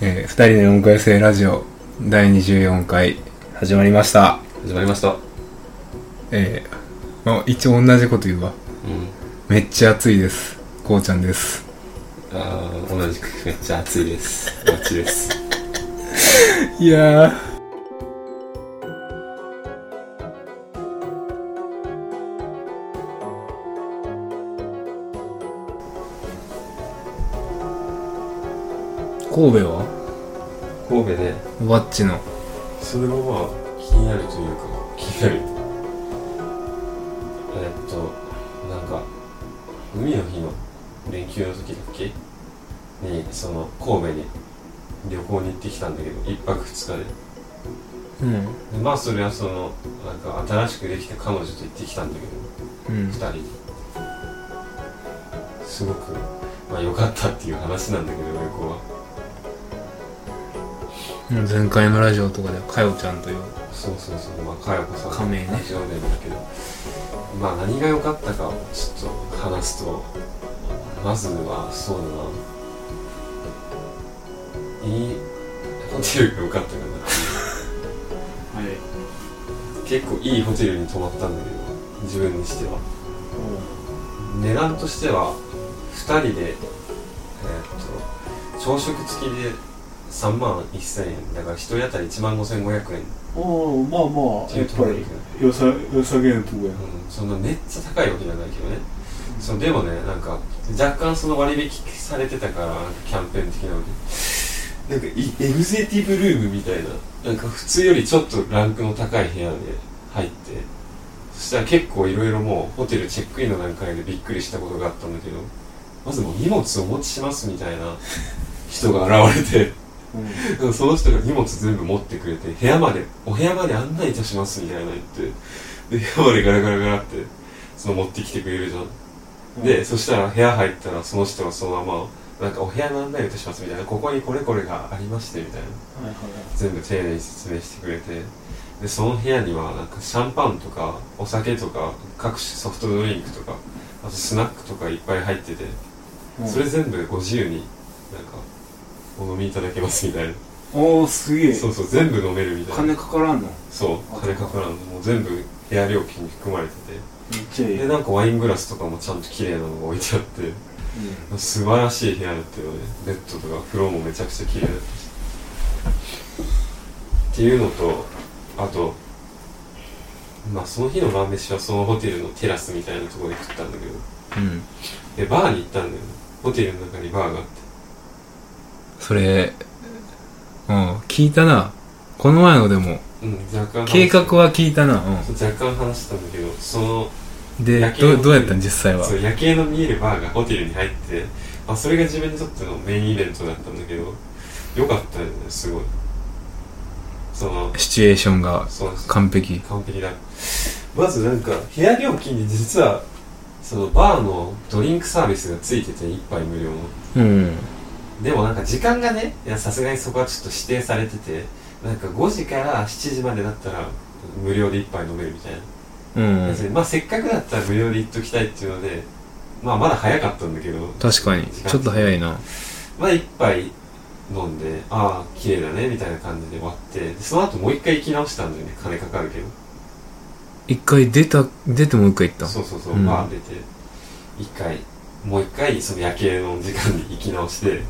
えー、二人の4回生ラジオ第24回始まりました。始まりましたうんえー、まあ、一応同じこと言うわ。めっちゃ暑いです。こうちゃんです。あー同じくめっちゃ暑いですマッチですいやー。神戸は神戸ねおばっちのそれはまあ気になるというか気になるえっとなんか海の日の連休の時だっけにその神戸に旅行に行ってきたんだけど一泊二日でうんでまあそれはそのなんか新しくできた彼女と行ってきたんだけどうん2人すごくまあ良かったっていう話なんだけど旅行は前回のラジオとかではかよちゃんというそうそうそうまあ佳代子さん仮名ねラジオネームだけどまあ何が良かったかをちょっと話すとまずはそうだないいホテルが良かったかはい。な結構いいホテルに泊まったんだけど自分にしては値段としては2人で、えーっと朝食付きで3万1000円だから1人当たり1万5500円っおお、まあまてあ、いやうっとこぱろだけりど、良さ、良さげなとこや。うん、そんなめっちゃ高いわけじゃないけどね、そうでもねなんか若干その割引されてたからなんかキャンペーン的なのでなんかいエグゼクティブルームみたいななんか普通よりちょっとランクの高い部屋で入ってそしたら結構いろいろもうホテルチェックインの段階でびっくりしたことがあったんだけどまずもう荷物お持ちしますみたいな人が現れて うん。うんその人が荷物全部持ってくれて部屋までお部屋まで案内いたしますみたいなの言ってで部屋までガラガラガラってその持ってきてくれるじゃん、でそしたら部屋入ったらその人がそのままなんかお部屋の案内をいたしますみたいなここにこれこれがありましてみたいなはいはい。全部丁寧に説明してくれてでその部屋にはなんかシャンパンとかお酒とか各種ソフトドリンクとかあとスナックとかいっぱい入ってて、うんそれ全部ご自由になんかお飲みいただけますみたいなおお、すげえ。そうそう全部飲めるみたいな金かからんの。めっそう金かからんのもう全部部屋料金に含まれてちゃいてい。でうん。なんかワイングラスとかもちゃんと綺麗なのが置いてあって素晴らしい部屋だったよねベッドとか風呂もめちゃくちゃ綺麗だったしっていうのとあとまあその日の晩飯はそのホテルのテラスみたいなところで食ったんだけどうんでバーに行ったんだよねホテルの中にバーがあってそれうん聞いたなこの前のでもうん若干話計画そうは聞いたな、若干話したんだけどそのうん、で夜景どをどうやったん実際はそう夜景の見えるバーがホテルに入って、まあ、それが自分にとってのメインイベントだったんだけど良かったよねすごいそのシチュエーションがそうです完璧完璧だまずなんか部屋料金に実はそのバーのドリンクサービスがついてて一杯無料のうんでもなんか時間がねいやさすがにそこはちょっと指定されててなんか5時から7時までだったら無料で一杯飲めるみたいなうんまあせっかくだったら無料で行っときたいっていうので、まあまだ早かったんだけど、確かにちょっと早いなまあ一杯飲んで、ああ、綺麗だね、みたいな感じで終わって、でその後もう一回行き直したんだよね、金かかるけど。一回出た出てもう一回行ったそうそうそう、うんバー出て、一回、もう一回その夜景の時間に行き直して、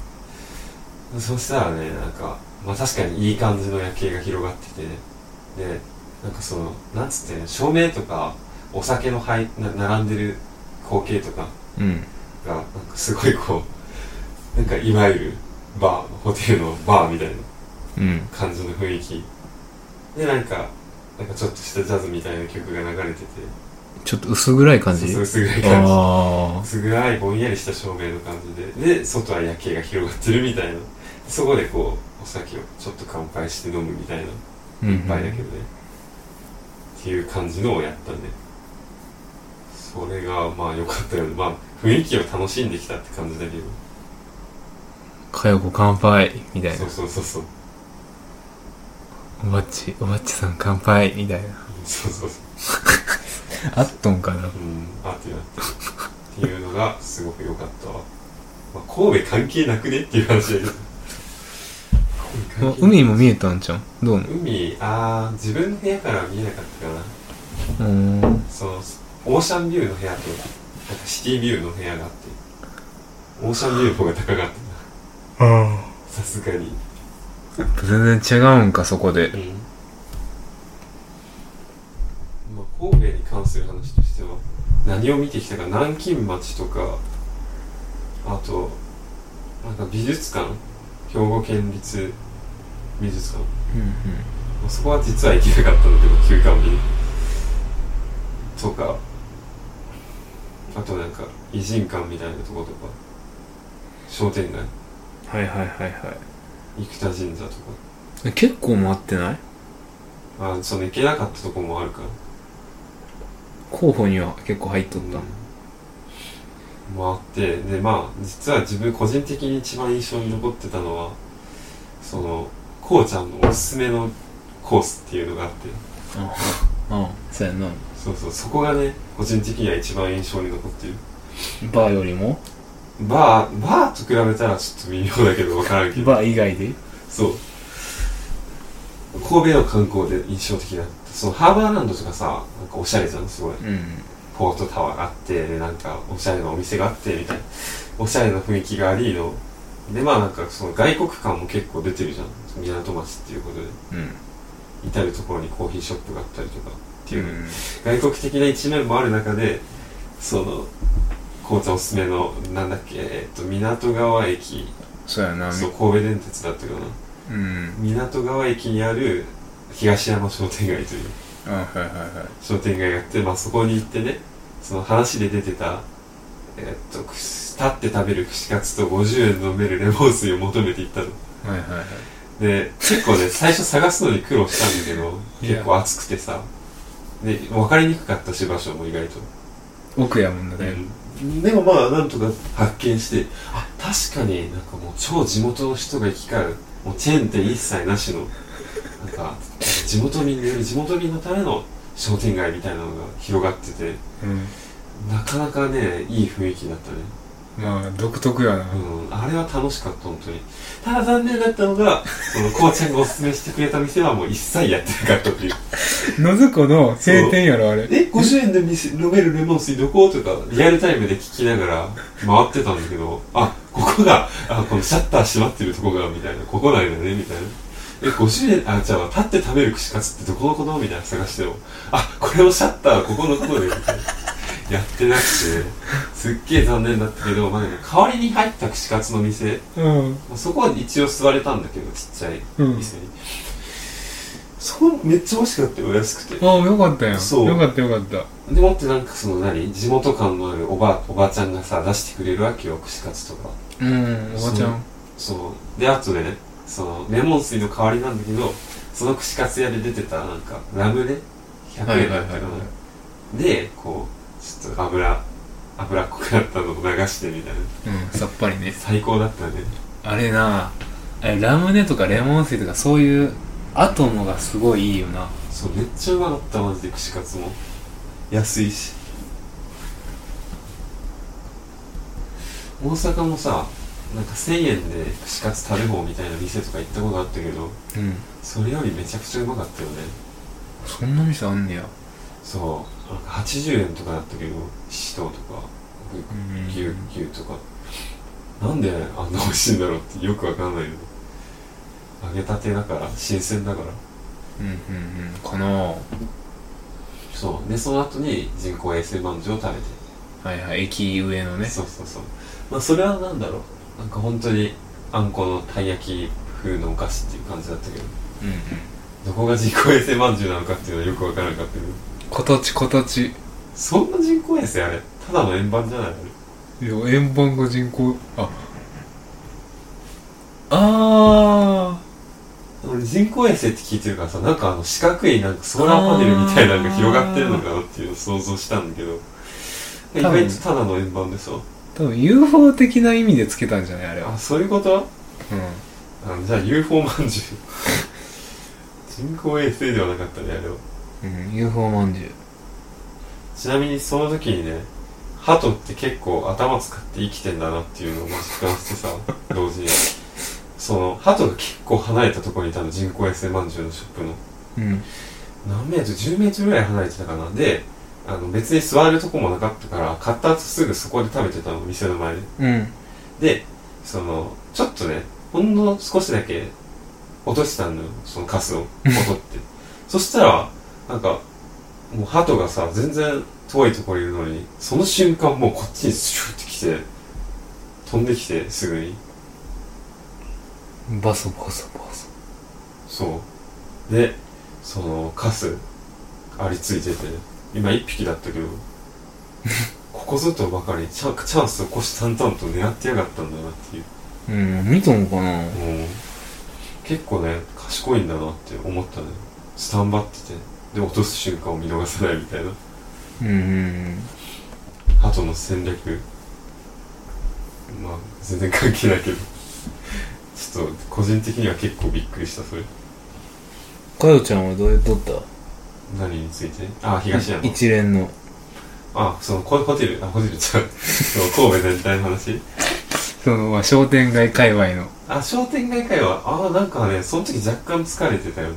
そしたらね、なんか、まあ確かにいい感じの夜景が広がってて、で、なんかその、なんつってね、照明とか、お酒の入な並んでる光景とか、うんがなんかすごいこうなんかいわゆるバーホテルのバーみたいなうん感じの雰囲気でなんかなんかちょっとしたジャズみたいな曲が流れててちょっと薄暗い感じそうそう薄暗い感じああ薄暗いぼんやりした照明の感じでで外は夜景が広がってるみたいなそこでこうお酒をちょっと乾杯して飲むみたいなうんういっぱいだけどんね、っていう感じのをやったねそれがまあ良かったよねまあ雰囲気を楽しんできたって感じだけどかよこ乾杯みたいそなうそうそうそうおばっちおばっちさん乾杯みたいなそうそうそあっとんかなう。うん、あってなって。っていうのがすごく良かったわ。まあ、神戸関係なくねっていう話だけど。あ海も見えたんじゃんどうも海あー自分の部屋からは見えなかったかなうーんそのオーシャンビューの部屋となんかシティビューの部屋があってオーシャンビューの方が高かったなあさすがに全然違うんかそこでまあ、神戸に関する話としては何を見てきたか南京町とかあとなんか美術館兵庫県立美術館うんまあそこは実は行けなかったんだけど休館日にとかあとなんか異人館みたいなとことか商店街はいはいはいは生田神社とかい結構回ってないあその行けなかったとこもあるから候補には結構入っとった、うんもあってでまあ実は自分個人的に一番印象に残ってたのはそのこうちゃんのおすすめのコースっていうのがあってああそうやなそうそうそこがね個人的には一番印象に残ってるバーよりもバーバーと比べたらちょっと微妙だけど分からんけどバー以外でそう神戸の観光で印象的だったそのハーバーランドとかさなんかおしゃれじゃんすごいうんポートタワーがあってでなんかおしゃれなお店があってみたいなおしゃれな雰囲気がありのでまあなんかその外国感も結構出てるじゃん港町っていうことでうん至る所にコーヒーショップがあったりとかっていう、外国的な一面もある中でその紅茶おすすめのなんだっけえっと港川駅そうやなそう神戸電鉄だったかなうん港川駅にある東山商店街というあはいはいはい商店街があって、まあ、そこに行ってねその話で出てた、えーっと串立って食べる串カツと50円飲めるレモン水を求めて行ったのはいはいはいで結構ね最初探すのに苦労したんだけどいや結構暑くてさで分かりにくかったし場所も意外と、奥やもんだね、でもまあなんとか発見してあ確かになんかもう超地元の人が行き交うもうチェーン店一切なしのなんか地元民による地元民のための商店街みたいなのが広がっててうんなかなかねいい雰囲気だったね、まあ独特やな、うん、あれは楽しかった本当にただ残念だったのがそのこうちゃんがおすすめしてくれた店はもう一切やってなかったっていう野津湖の晴天やろあれえ50円で店飲めるレモン水どことかリアルタイムで聞きながら回ってたんだけどあここがあこのシャッター閉まってるとこがみたいなここなんだねみたいなえ50円あじゃあ立って食べる串カツってどこのことみたいな探してもあこれをシャッターここのことでみたいなやってなくてすっげえ残念だったけど、まあ、でも代わりに入った串カツの店うんまあそこは一応座れたんだけどちっちゃいうん店に、そこめっちゃ美味しかったよ安くてああよかったやんそうよかったよかったでもってなんかその何地元感のあるおばおばちゃんがさ出してくれるわけよ串カツとかうんおばちゃんそうであとねそのレモン水の代わりなんだけどその串カツ屋で出てたなんかラムネ100円だったかな、はいはいはいはでこうちょっと油油っこくなったのを流してみたいなうんさっぱりね最高だったねあれなあれラムネとかレモン水とかそういうアトムがすごいいいよなそうめっちゃうまかったマジで串カツも安いし大阪もさなんか1000円で串カツ食べ放みたいな店とか行ったことあったけどうんそれよりめちゃくちゃうまかったよねそんな店あんねやそうなんか80円とかだったけどシシトウとかうん牛牛とかなんであんな美味しいんだろうってよくわかんないけど揚げたてだから新鮮だからうんうんうんかなあそうでその後に人工衛星まんじゅうを食べてはいはい駅上のねそうそうそうまあそれはなんだろうなんか本当にあんこのたい焼き風のお菓子っていう感じだったけどうんうんどこが人工衛星まんじゅうなのかっていうのはよくわからなかったけど形形そんな人工衛星あれただの円盤じゃないあれいや円盤が人工ああ俺人工衛星って聞いてるからさなんかあの四角いなんかソーラーパネルみたいなのが広がってるのかなっていうのを想像したんだけど意多分外とただの円盤でさー多分 UFO 的な意味でつけたんじゃないあれはあそういうことうんあじゃあ UFO まんじゅう 人工衛星ではなかったねあれはうん、UFO まんじゅう。ちなみにその時にね、ハトって結構頭使って生きてんだなっていうのを実感してさ、同時に。その鳩が結構離れたところにいたの人工衛星まんじゅうのショップのうん何メートル10メートルぐらい離れてたかなであの別に座るとこもなかったから買った後すぐそこで食べてたの店の前でうんでそのちょっとねほんの少しだけ落としてたのよそのカスを落とってそしたらなんかもう鳩がさ全然遠いところいるのにその瞬間もうこっちにシューって来て飛んできてすぐにバソバソバソそうでそのカスありついてて今1匹だったけどここぞとばかりチャチャンスを虎視眈々と狙ってやがったんだなっていううん見たのかなもう結構ね賢いんだなって思ったねスタンバっててで落とす瞬間を見逃さないみたいなうんうん鳩の戦略まあ全然関係ないけどちょっと個人的には結構びっくりしたそれかよちゃんはどうやっとった何についてあ東山一連のあそのホホテルあホテルちゃうその神戸全体の話そのまあ商店街界隈のあ商店街会はあなんかねその時若干疲れて たよね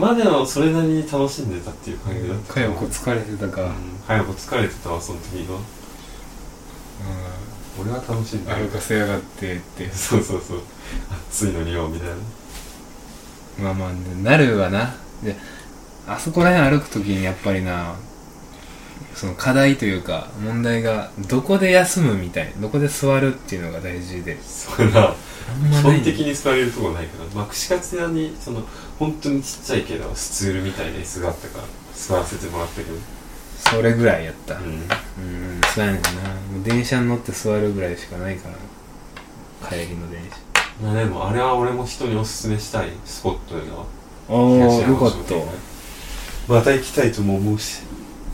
まあでもそれなりに楽しんでたっていう感じだったかよこ疲れてたかはやこ疲れてたわその時は俺は楽しんうんで歩かせやがってって そうそうそう暑いのによみたいなまあまあなるわなであそこら辺歩く時にやっぱりなその課題というか問題がどこで休むみたいどこで座るっていうのが大事でそれなあん基まない本的に座れるとこないからまあ串カツ屋にその本当にちっちゃいけどスツールみたいな椅子があったから座らせてもらったけどそれぐらいやったうんうんそうやねんなもう電車に乗って座るぐらいしかないから帰りの電車まあでもあれは俺も人におすすめしたいスポットやなああよのかっ商店街たまた行きたいとも思うし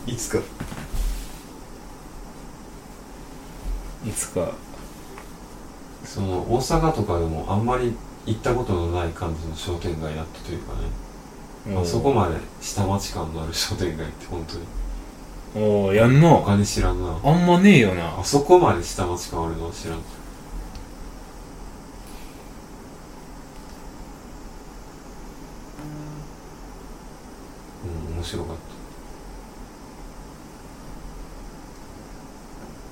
いつかいつかその大阪とかでもあんまり行ったことのない感じの商店街だったというかねまあ、そこまで下町感のある商店街って本当におおやんの他に知らんなあんまねえよなあそこまで下町感あるのは知らんうん面白かったっ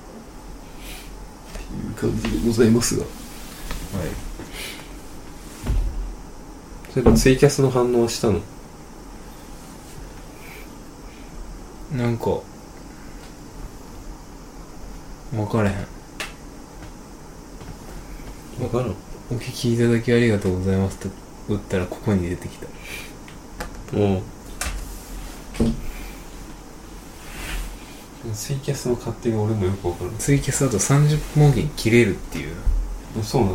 ていう感じでございますがはいそれかツイキャスの反応はしたのなんか分からへん分からんお聞きいただきありがとうございますと打ったらここに出てきたもうツイキャスの勝手が俺もよく分からツイキャスだと30分おきに切れるっていうないそうなの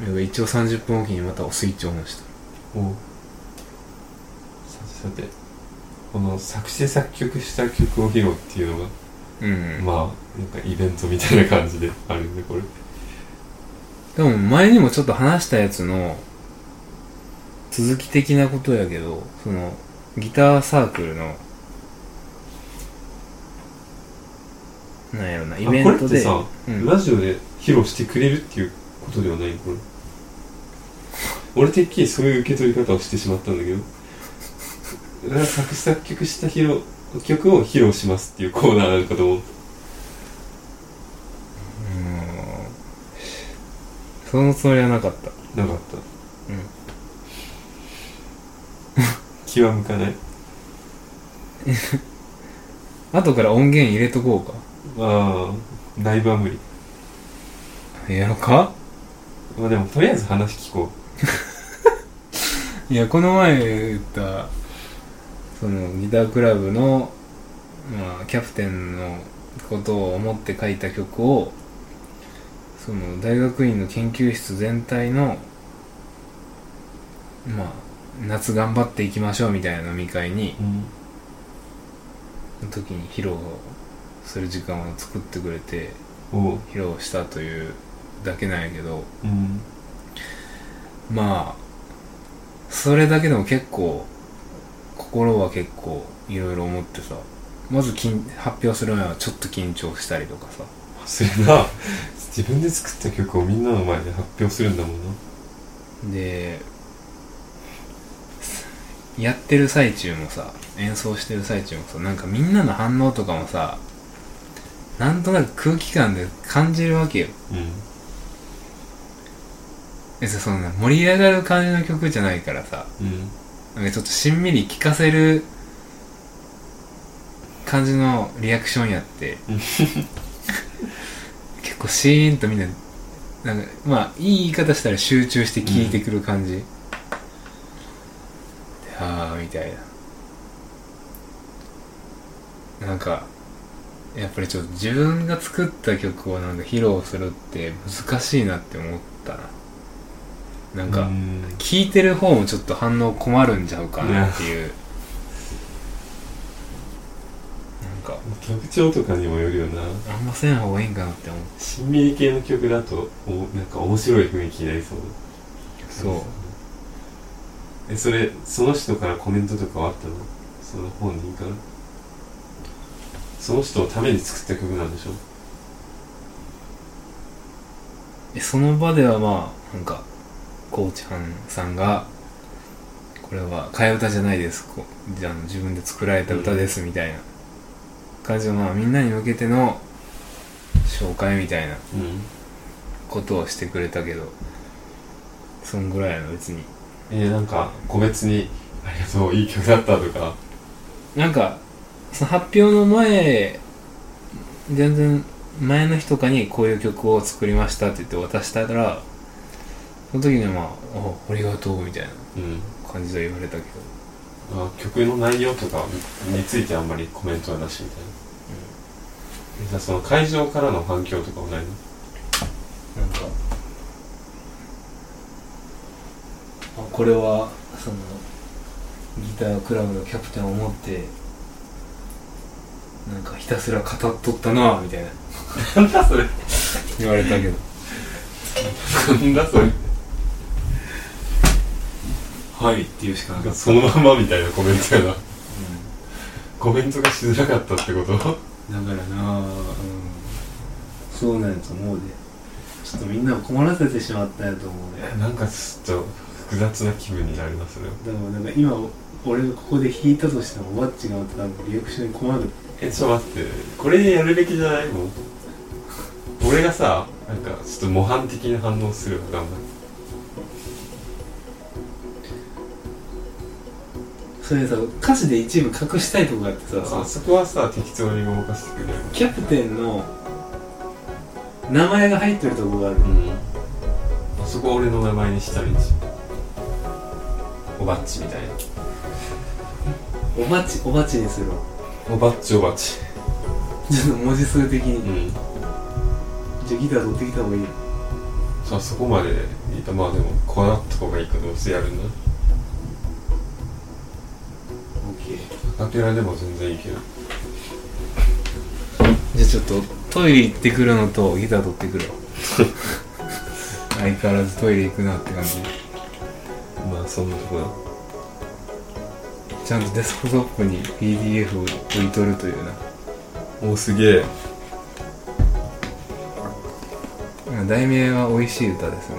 うんなんか一応30分おきにまたスイッチオンしたおさてさてこの作詞作曲した曲を披露っていうのが、うんまあなんかイベントみたいな感じであるんでこれでも前にもちょっと話したやつの続き的なことやけどそのギターサークルのなんやろなイベンあこトれってでさ、うんラジオで披露してくれるっていうことではないこれ俺てっきりそういう受け取り方をしてしまったんだけど俺は作詞作曲した披露曲を披露しますっていうコーナーなのかと思ってうんそのつもりはなかったなかったうん 気は向かない後から音源入れとこうああ内部は無理かやろかまあでもとりあえず話聞こいやこの前言ったそのギタークラブの、まあ、キャプテンのことを思って書いた曲をその大学院の研究室全体のまあ夏頑張っていきましょうみたいな飲み会にう、うん、の時に披露する時間を作ってくれておう披露したというだけなんやけどうんまあそれだけでも結構心は結構いろいろ思ってさまず緊発表する前はちょっと緊張したりとかさそれな自分で作った曲をみんなの前で発表するんだもんなでやってる最中もさ演奏してる最中もさなんかみんなの反応とかもさなんとなく空気感で感じるわけよう別にそんな盛り上がる感じの曲じゃないからさんうんなんかちょっとしんみり聴かせる感じのリアクションやってうん結構シーンとみんななんかまあいい言い方したら集中して聴いてくる感じ、でああみたいななんかやっぱりちょっと自分が作った曲をなんか披露するって難しいなって思ったななんか、うん聞いてる方もちょっと反応困るんちゃうかなっていう、なんか曲調とかにもよるよなあんません方がいいんかなって思うしんみり系の曲だとおなんか面白い雰囲気になりそうそうえそれその人からコメントとかはあったのその本人からその人のために作った曲なんでしょでその場ではまあなんかコーチハンさんがこれは替え歌じゃないですこじゃあ自分で作られた歌ですみたいな感じのまあみんなに向けての紹介みたいなうんことをしてくれたけどそんぐらいの別にえー、なんか個別に「ありがとういい曲だった」とかなんかその発表の前全然前の日とかにこういう曲を作りましたって言って渡したらその時にはまあ「おありがとう」みたいなうん感じで言われたけどあ曲の内容とかについてあんまりコメントはなしみたいな、えじゃあその会場からの反響とかはないのなんかこれはそのギタークラブのキャプテンを持ってなんかひたすら語っとったなみたいななんだそれ言われたけどなんだそれはいっていうしかなかった、そのまんまみたいなコメントやなコメントがしづらかったってことだからなあ、うん、そうなんやと思うでちょっとみんなを困らせてしまったんやと思うでだかなんかちょっと複雑な気分になりますねらなんか今俺がここで弾いたとしてもワッチがまたなんかリアクションに困るえちょっと待ってこれやるべきじゃないもう俺がさなんかちょっと模範的な反応するわ頑張ってそれさ歌詞で一部隠したいとこがあってさあそこはさ適当にごまかしてくれるキャプテンの名前が入ってるとこがあるうんあそこは俺の名前にしたいんですよおばっちみたいなおばちおばちにするわおばっちおばっちちょっと文字数的うにんじゃあギター取ってきた方がいいよさあそこまでいいとまあでもこうなった方がいいかどうせやるんだ OK アカペラでも全然いいけどじゃあちょっとトイレ行ってくるのとギター取ってく るわ相変わらずトイレ行くなって感じまあそんなとこだちゃんとデスクトップに PDF を置いとるというなおすげえうん題名は美味しい歌ですね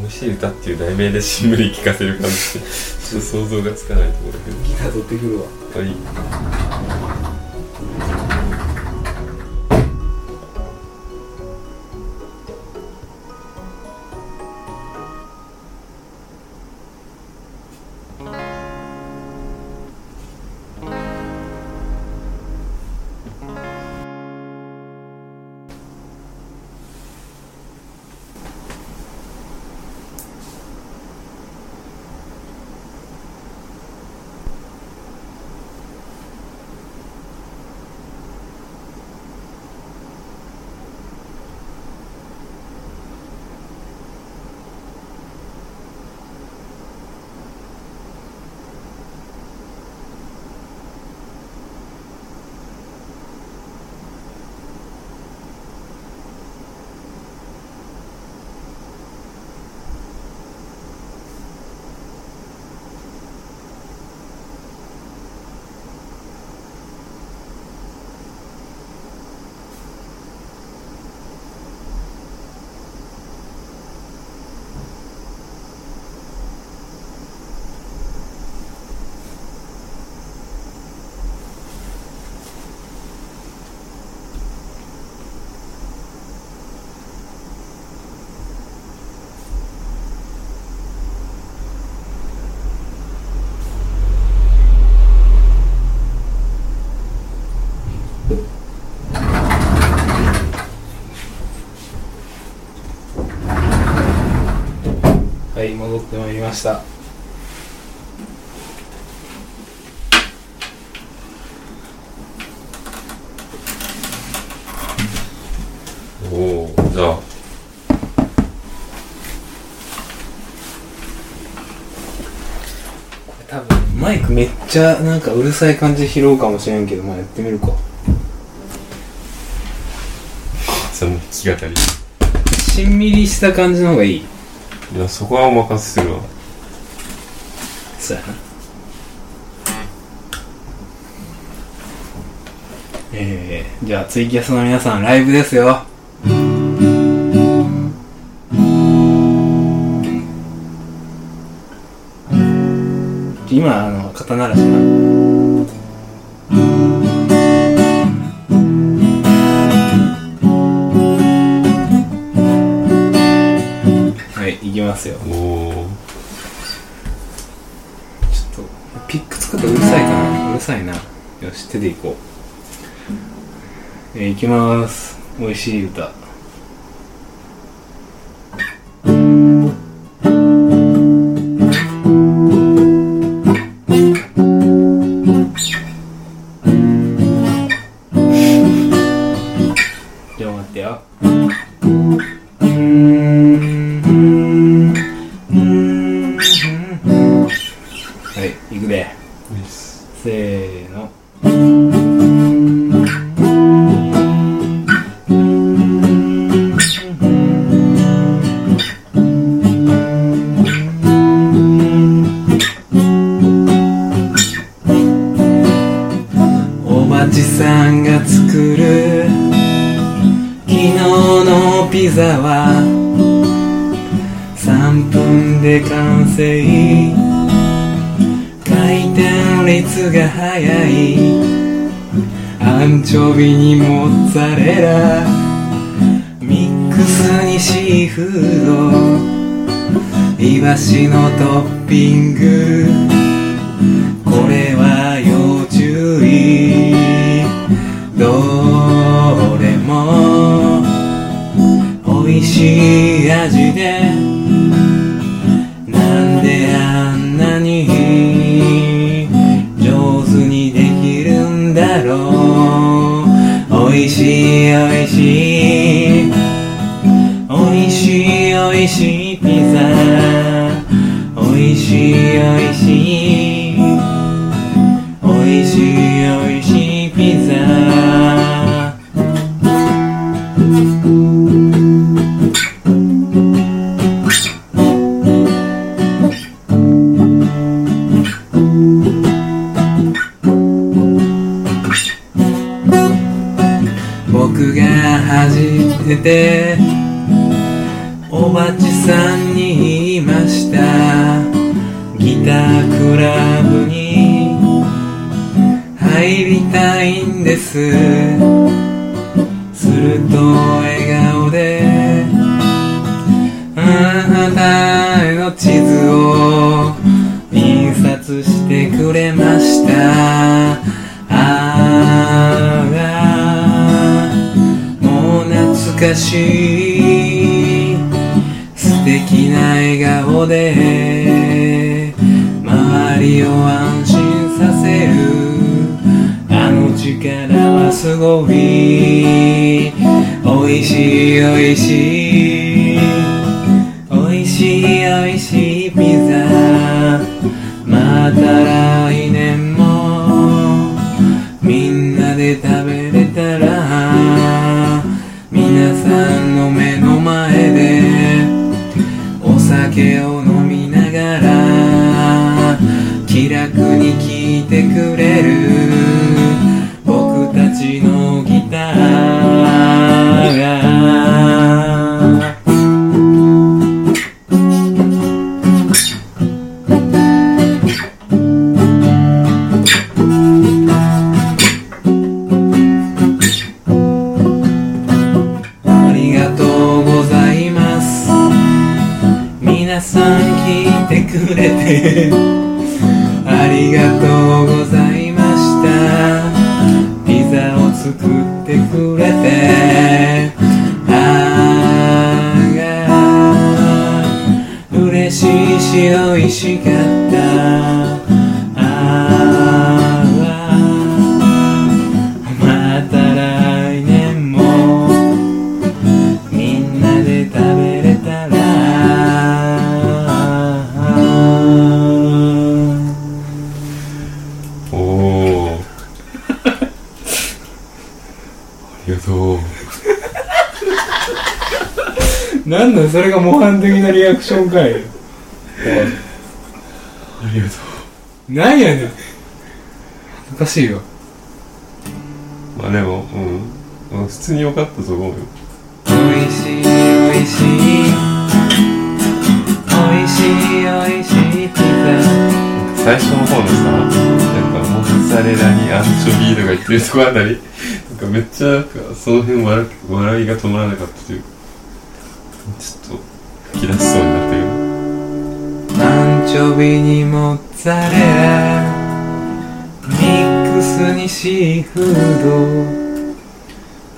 美味しい歌っていう題名でしんむり聞かせる感 じちょっと想像がつかないところだけどギター取ってくるわはいうはい戻ってまいりましたおおじゃあこれ多分マイクめっちゃなんかうるさい感じ拾うかもしれんけどまあやってみるかその弾き語りしんみりした感じの方がいいいやそこはお任せするわそうやなえー、じゃあツイキャスの皆さんライブですよ今あの肩鳴らしなはい行きますよおおちょっとピック作ったらうるさいかなうるさいなよし手でいこう、えー、いきます美味しい歌ちょっと待ってようーんはい、行くで。せーの。おばちさんが作る昨日のピザは3分で完成回転率が速いアンチョビにモッツァレラミックスにシーフードイワシのトッピングこれは要注意どれも美味しい味でなんであんなに上手にできるんだろう美味しい美味しい美味しい美味しいピザ美味しい美味しい美味しい美味しいピザ僕が初めておばちさんに言いましたギタークラブに入りたいんですすると笑顔であなたの地図を印刷してくれましたああもう懐かしい素敵な笑顔で周りを安心させるあの力はすごい美味しい美味しい美味しい美味しいピザまた来年もみんなで食べれたら皆さんの目の前でお酒を飲みながら気楽に聴いてくれる僕たちのギターがありがとうございます皆さん聞いてくれてありがとうございましたピザを作ってくれてああ嬉しいりがとうなんだそれが模範的なリアクションかいありがとなんやねん恥ずかしいようまあでもうんうん普通に良かったと思うよ美味しい美味しい美味しい美味しいピ最初の方のさなんかモッツァレラにアンチョビーとか言ってるとこあたりなんかめっちゃなんかその辺笑笑いが止まらなかったというかちょっと吹き出しそうになったけどザアンチョビにモッツァレラミックスにシーフー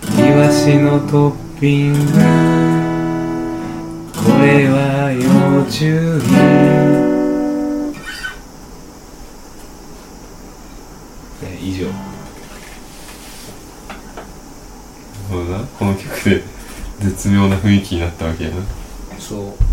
ドイワシのトッピングこれは要注意え以上そうだなこの曲で絶妙な雰囲気になったわけやなそう